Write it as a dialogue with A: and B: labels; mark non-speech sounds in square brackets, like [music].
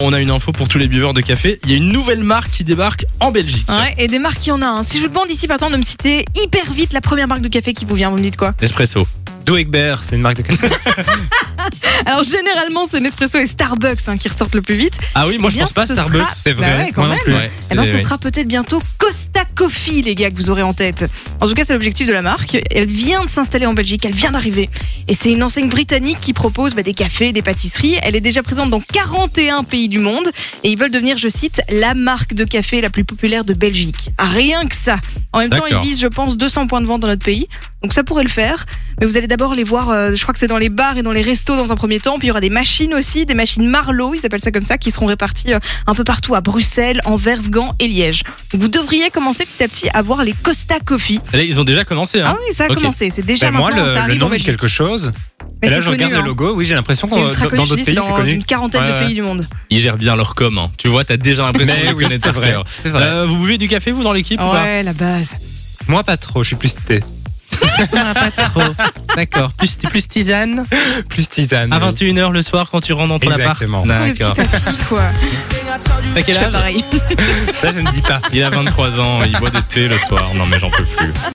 A: On a une info pour tous les buveurs de café. Il y a une nouvelle marque qui débarque en Belgique.
B: Ouais, et des marques, il y en a. hein. Si je vous demande ici, par exemple, de me citer hyper vite la première marque de café qui vous vient, vous me dites quoi
A: Nespresso.
C: Doegbert, c'est une marque de café.
B: Alors, généralement, c'est Nespresso et Starbucks hein, qui ressortent le plus vite.
A: Ah oui, moi
B: Eh bien,
A: je pense pas à
B: ce
A: Starbucks.
B: sera-
C: c'est
B: Bah
C: vrai.
B: ouais, quand
C: moi non
B: même.
C: plus.
A: Ouais,
B: Eh ben, ce
A: c'est-
B: sera peut-être bientôt Costa Coffee, les gars, que vous aurez en tête. En tout cas, c'est l'objectif de la marque. Elle vient de s'installer en Belgique, elle vient d'arriver. Et c'est une enseigne britannique qui propose bah, des cafés, des pâtisseries. Elle est déjà présente dans 41 pays du monde. Et ils veulent devenir, je cite, la marque de café la plus populaire de Belgique. Ah, Rien que ça. En même temps, ils
A: D'accord.
B: visent, je pense, 200 points de vente dans notre pays. Donc ça pourrait le faire. Mais vous allez d'abord les voir, euh, je crois que c'est dans les bars et dans les restos dans un premier temps. Puis il y aura des machines aussi, des machines Marlowe, ils appellent ça comme ça, qui seront réparties euh, un peu partout à Bruxelles, Anvers, Gand et Liège. Donc, vous devriez commencer petit à petit à voir les Costa Coffee.
A: Là, ils ont déjà commencé.
B: Ah
A: Hein.
B: oui, ça a
A: ok.
B: commencé, c'est déjà
C: Ben, moi,
B: maintenant,
C: le,
B: ça
C: le
B: arrive en
C: nom dit
B: Belgique.
C: quelque chose.
B: Mais
C: et là,
B: c'est
C: je regarde
B: connu,
C: le
B: hein.
C: logo. Oui, j'ai l'impression
B: C'est
C: qu'on
B: ultra
C: dans dans
B: connu, je
C: d'autres
B: dis,
C: pays,
B: c'est
C: c'est
B: dans
C: connu.
B: une quarantaine de
C: Ouais,
B: pays du monde.
A: Ils gèrent bien leur com. hein. Tu vois, t'as déjà l'impression
C: Mais
A: qu'ils
C: oui,
A: connaissent
C: c'est
A: par
C: vrai.
A: cœur.
C: c'est vrai.
A: Euh, vous buvez du café, vous, dans l'équipe ou pas
B: Ouais, la base.
C: Moi, pas trop. Je suis plus thé.
A: D'accord. Plus, plus tisane
C: [laughs] Plus tisane.
A: à
C: oui.
A: 21h le soir quand tu rentres dans ton
C: Exactement.
B: Le
A: appart.
B: petit papy, quoi.
A: T'as quel
B: Je fais
A: âge
B: pareil.
C: Ça, je ne dis pas.
A: Il a 23 ans, il boit des thés le soir. Non, mais j'en peux plus.